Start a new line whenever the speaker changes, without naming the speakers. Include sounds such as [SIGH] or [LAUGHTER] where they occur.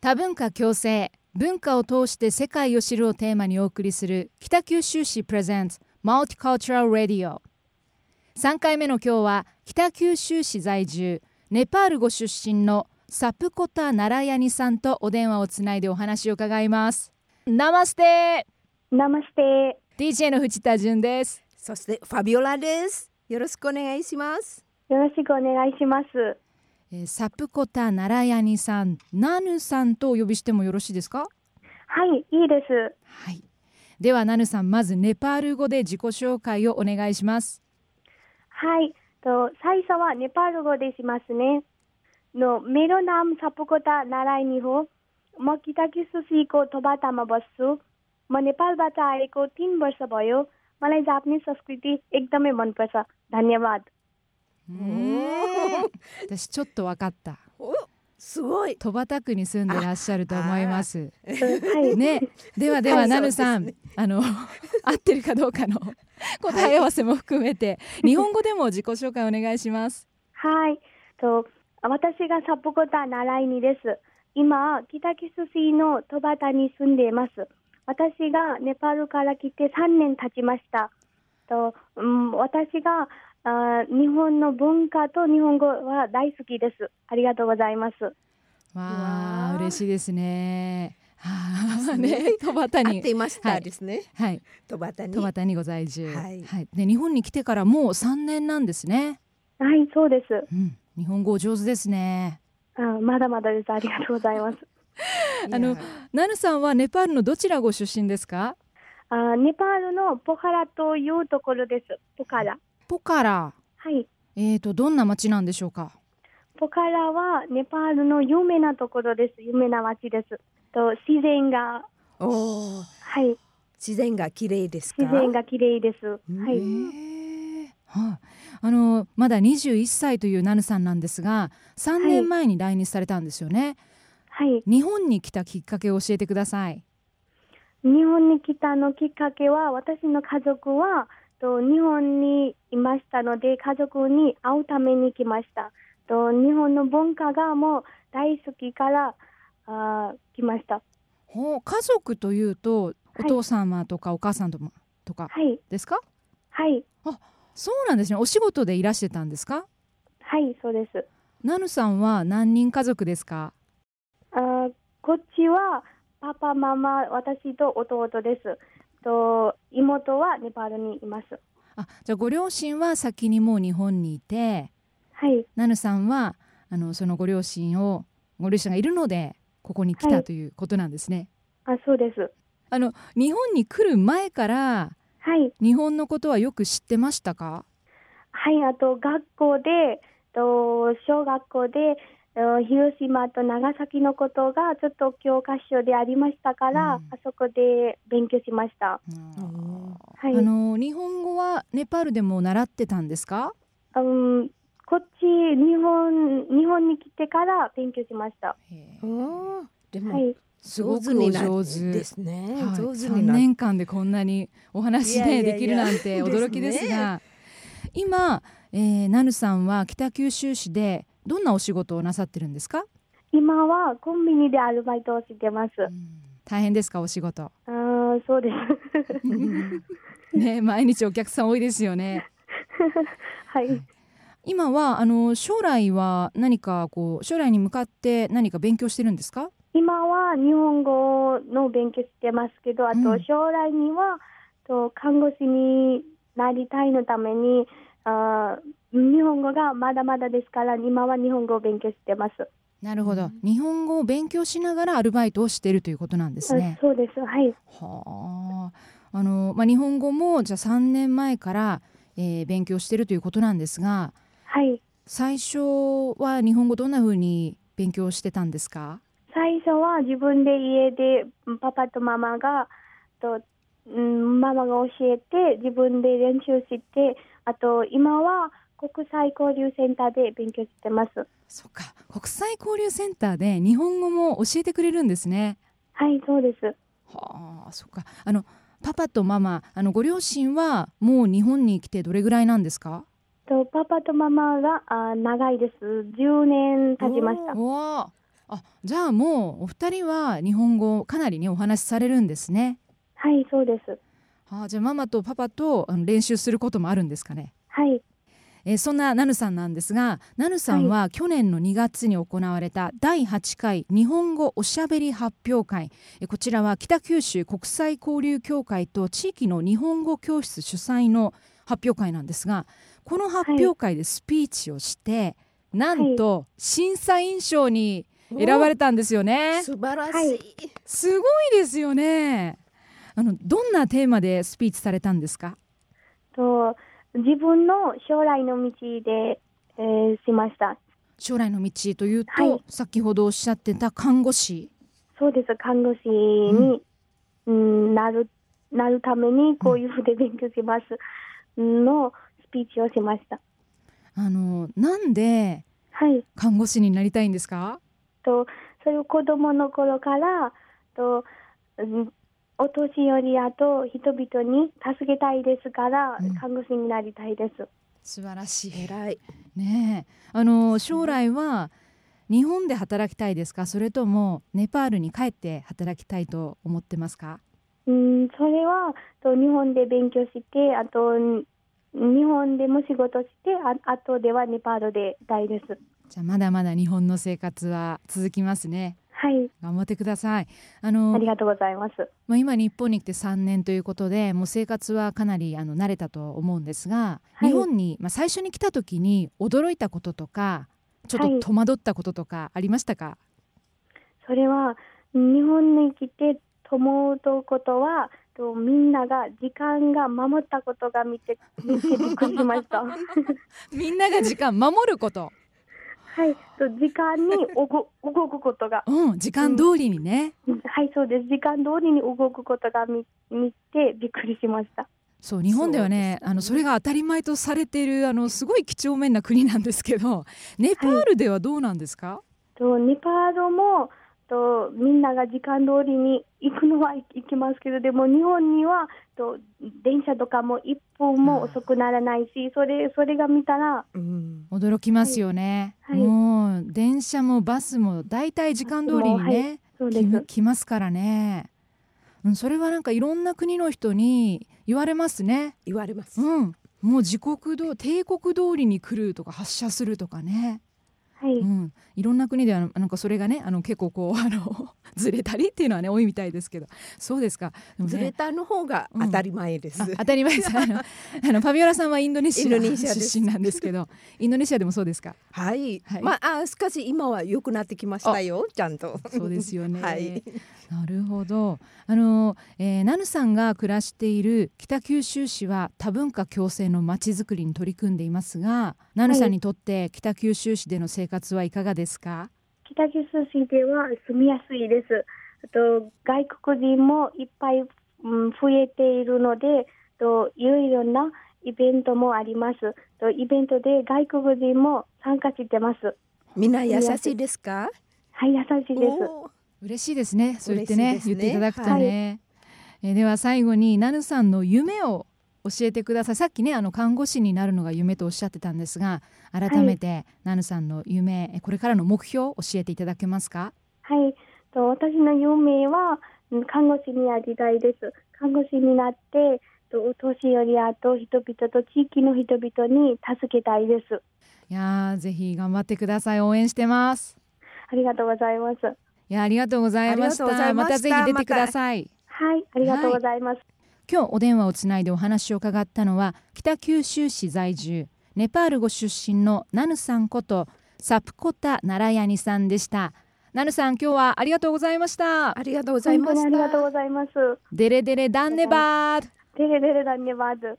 多文化共生文化を通して世界を知るをテーマにお送りする北九州市プレゼンツマルティカルチャル・ラディオ3回目の今日は北九州市在住ネパールご出身のサプコタ・ナラヤニさんとお電話をつないでお話を伺いますナマステ
[LAUGHS] ナマステ
DJ の藤田純です
そしてファビオラですよろしくお願いします
よろしくお願いします
えーサプコタ・ナラヤニさんナヌさんとお呼びしてもよろしいですか
はいいいです
はいではナヌさんまずネパール語で自己紹介をお願いします
はいと最初はネパール語でしますねのメロナムサポコタナライニホम किताकी सुसीको थोबाटामा बस्छु म नेपालबाट आएको तिन वर्ष भयो मलाई जापानिज संस्कृति एकदमै मनपर्छ धन्यवाद
う
お
ーん
ー
私ちょっとわかった
おすごい
戸畑区に住んでらっしゃると思います
はい、
ね、ではでは、
はい
ナヌさん、
そうで
あの [LAUGHS] 合ってるかどうかの答え合わせも含めて、日本語でも自己紹介お願いし
[LAUGHS]
ます。
はい。と私がサポコタ習いにです。今、北キス市の戸端に住んでいます。私がネパールから来て3年経ちました。と、うん、私があー日本の文化と日本語は大好きです。ありがとうございます。
わ
わ
あ、
あ
嬉しいですね。はあ、
ですね
ね、戸畑
合って
に、
いまし
は
た
い
ですね
はい、
戸端に
戸畑にご在住。は、
はいい
で、日本に来てからもう三年なんですね。
はい、そうです。
うん、日本語お上手ですね。
あーまだまだです。ありがとうございます。
いや
あのナヌさんはネパールのどちらご出身ですか。
あーネパールのポカラというところです。ポカラ。
ポカラ、
はい。
えーと、どんな町なんでしょうか。
ポカラはネパールの有名なところです。有名な街です。と自然が
おー
はい
自然が綺麗ですか
自然が綺麗です。は
うん
へ
い、
えはい、あのまだ21歳というナヌさんなんですが3年前に来日されたんですよね、
はい、
日本に来たきっかけを教えてください
日本に来たのきっかけは私の家族はと日本にいましたので家族に会うために来ました。と日本の文化がもう大好きからあー来ました。
ほう家族というとお
い
父様とかお母さんともとか
はい
ですか、
はい
そうなんですねお仕事でいらしてたんですか
はいそうです。
ナヌさんは何人家族ですか
あーこっちはパパママ私と弟です。と妹はネパールにいます。
あじゃあご両親は先にもう日本にいて
はい
ナヌさんはあのそのご両親をご両親がいるのでここに来
は
た
い
ということなんですね、
あそうです。
あの日本に来る前から
はい
日本のことはよく知ってましたか？
はいあと学校でと小学校でうん広島と長崎のことがちょっと教科書でありましたから、
うん
あそこで勉強しました。
ん
はい
あの日本語はネパールでも習ってたんですか？
うんこっち日本日本に来てから勉強しました。
おーでも、
はい
すご
上手
く
に
お
な
上
で
手。
すね、
はい
上手
三
にな
年間でこんなにお話
いや
で
いやいや
できるなんて驚きですが、今、えー、ナヌさんは北九州市でどんなお仕事をなさってるんですか？
今はコンビニでアルバイトをしてます。
大変ですかお仕
[LAUGHS]
事？
あーそうです。
ね毎日お客さん多いですよね。
はい。
今はあの将来は何かこう将来に向かって何か勉強してるんですか？
今は日本語の勉強してますけど、あと
うん
将来には、と看護師になりたいのために、あー日本語がまだまだですから、今は日本語を勉強してます。
なるほど、
うん
日本語を勉強しながらアルバイトをしているということなんですね
あ。そうです。はい。
はあ。あのまあ日本語もじゃあ3年前から、えー勉強しているということなんですが、
はい。
最初は日本語どんな風に勉強してたんですか？
最初は自分で家でうんパパとママがと、うん、ママが教えて自分で練習してあと今は国際交流センターで勉強してます
そっか、国際交流センターで日本語も教えてくれるんですね。
はいそうです
はあ、そっか。あのパパとママ、あのご両親はもう日本に来てどれぐらいなんですか？
とパパとママがあ長いです10年経ちました
おお、あじゃあもうお二人は日本語をかなりねお話しされるんですね
はい、そうです。
あじゃあママとパパとあの練習することもあるんですかね
はい、
えーそんなナヌさんなんですがナヌさんは去年の2月に行われた第8回日本語おしゃべり発表会えーこちらは北九州国際交流協会と地域の日本語教室主催の発表会なんですがこの発表会でスピーチをして、なんと審査員賞に選ばれたんですよね。
素晴らし
はい
い、
すごいですよねあのどんなテーマでスピーチされたんですか
と自分の将来の道で、えーしました。
将来の道というと、
はい
先ほどおっしゃってた看護師
そうです。看護師に、うん、なるなるためにこういうふうで勉強しますのスピーチをしました。
あのなんで
はい。
看護師になりたいんですか
とそういう子供の頃からと、うん、お年寄りやと人々に助けたいですから、
うん
看護師になりたいです。
素晴らしい
偉い
ねえあの将来は日本で働きたいですかそれともネパールに帰って働きたいと思ってますか
うん、それはと日本で勉強してあとん日本でも仕事してああとではネパールで大です。
じゃあまだまだ日本の生活は続きますね
はい、
頑張ってくださいあの
ありがとうございます。
まあ、今日本に来て3年ということでもう生活はかなりあの慣れたと思うんですが、
はい
日本に、まあ、最初に来た時に驚いたこととかちょ
は
っ
い
と戸惑ったこととかありましたか、
それは日本に来て思うことはとみんなが時間が守ったことが見て見てびっくりしました。
みんなが時間守ること、
はい、と時間におご動くことが、
うん、時間通りにね、
はい、そうです。時間通りに動くことが見見てびっくりしました。
そう日本ではね
そうですよね
あのそれが当たり前とされているあのすごい几帳面な国なんですけどネパールではどうなんですか、
とネパールもとみんなが時間通りに行くのは行 [LAUGHS] きますけど、でも日本にはと電車とかも一分も遅くならないし、それそれが見たら、
うん、
驚きますよね、
はい
もう電車もバスもだいたい時間通りにね、
はいそうで。
きます来ますからね、うん、それはなんかいろんな国の人に言われますね
言われます、
うんもう時刻ど帝国通りに来るとか発車するとかね、
はい、
うん、いろんな国ではなんかそれがねあの結構こうあの [LAUGHS] ずれたりっていうのはね多いみたいですけどそうですかでもね
ずれたの方が当たり前です、
あ当たり前ですあのあのファビオラさんはインドネシア
インドネシアです
出身なんですけどインドネシアでもそうですか
はい、
はい
まああしかし今は良くなってきましたよちゃんと
そうですよね。
はい
なるほど。あの、えー、ナヌさんが暮らしている北九州市は多文化共生のまちづくりに取り組んでいますが、ナヌさんにとって北九州市での生活はいかがですか。
北九州市では住みやすいです。あと外国人もいっぱい、うん、増えているので、といろいろなイベントもあります。とイベントで外国人も参加してます。
みんな優しいですか
はい、優しいです。
おー
嬉しいですね。そう言ってね
嬉しい
言
です
って
ね
いただくとね。えーでは最後にナヌさんの夢を教えてください。さっきねあの看護師になるのが夢とおっしゃってたんですが、改めてナヌさんの夢、えーこれからの目標を教えていただけますか。
はい、と私の夢はうん看護師になりたいです。看護師になって、とお年寄りやと人々と地域の人々に助けたいです。
いやーぜひ頑張ってください応援してます
ありがとうございます。
いやーありがとうございました
ありがとうございました
たぜひ出てください、
はい、ありがとうございます。
今日お電話をつないでお話を伺ったのは北九州市在住ネパールご出身のナヌさんことサプコタナラヤニさんでしたナヌさん今日はありがとうございました
ありがとうござい
本
ま
当
し
に
た
ありがとうございます。
デレデレダンネバー
テレレレダンネバーズ。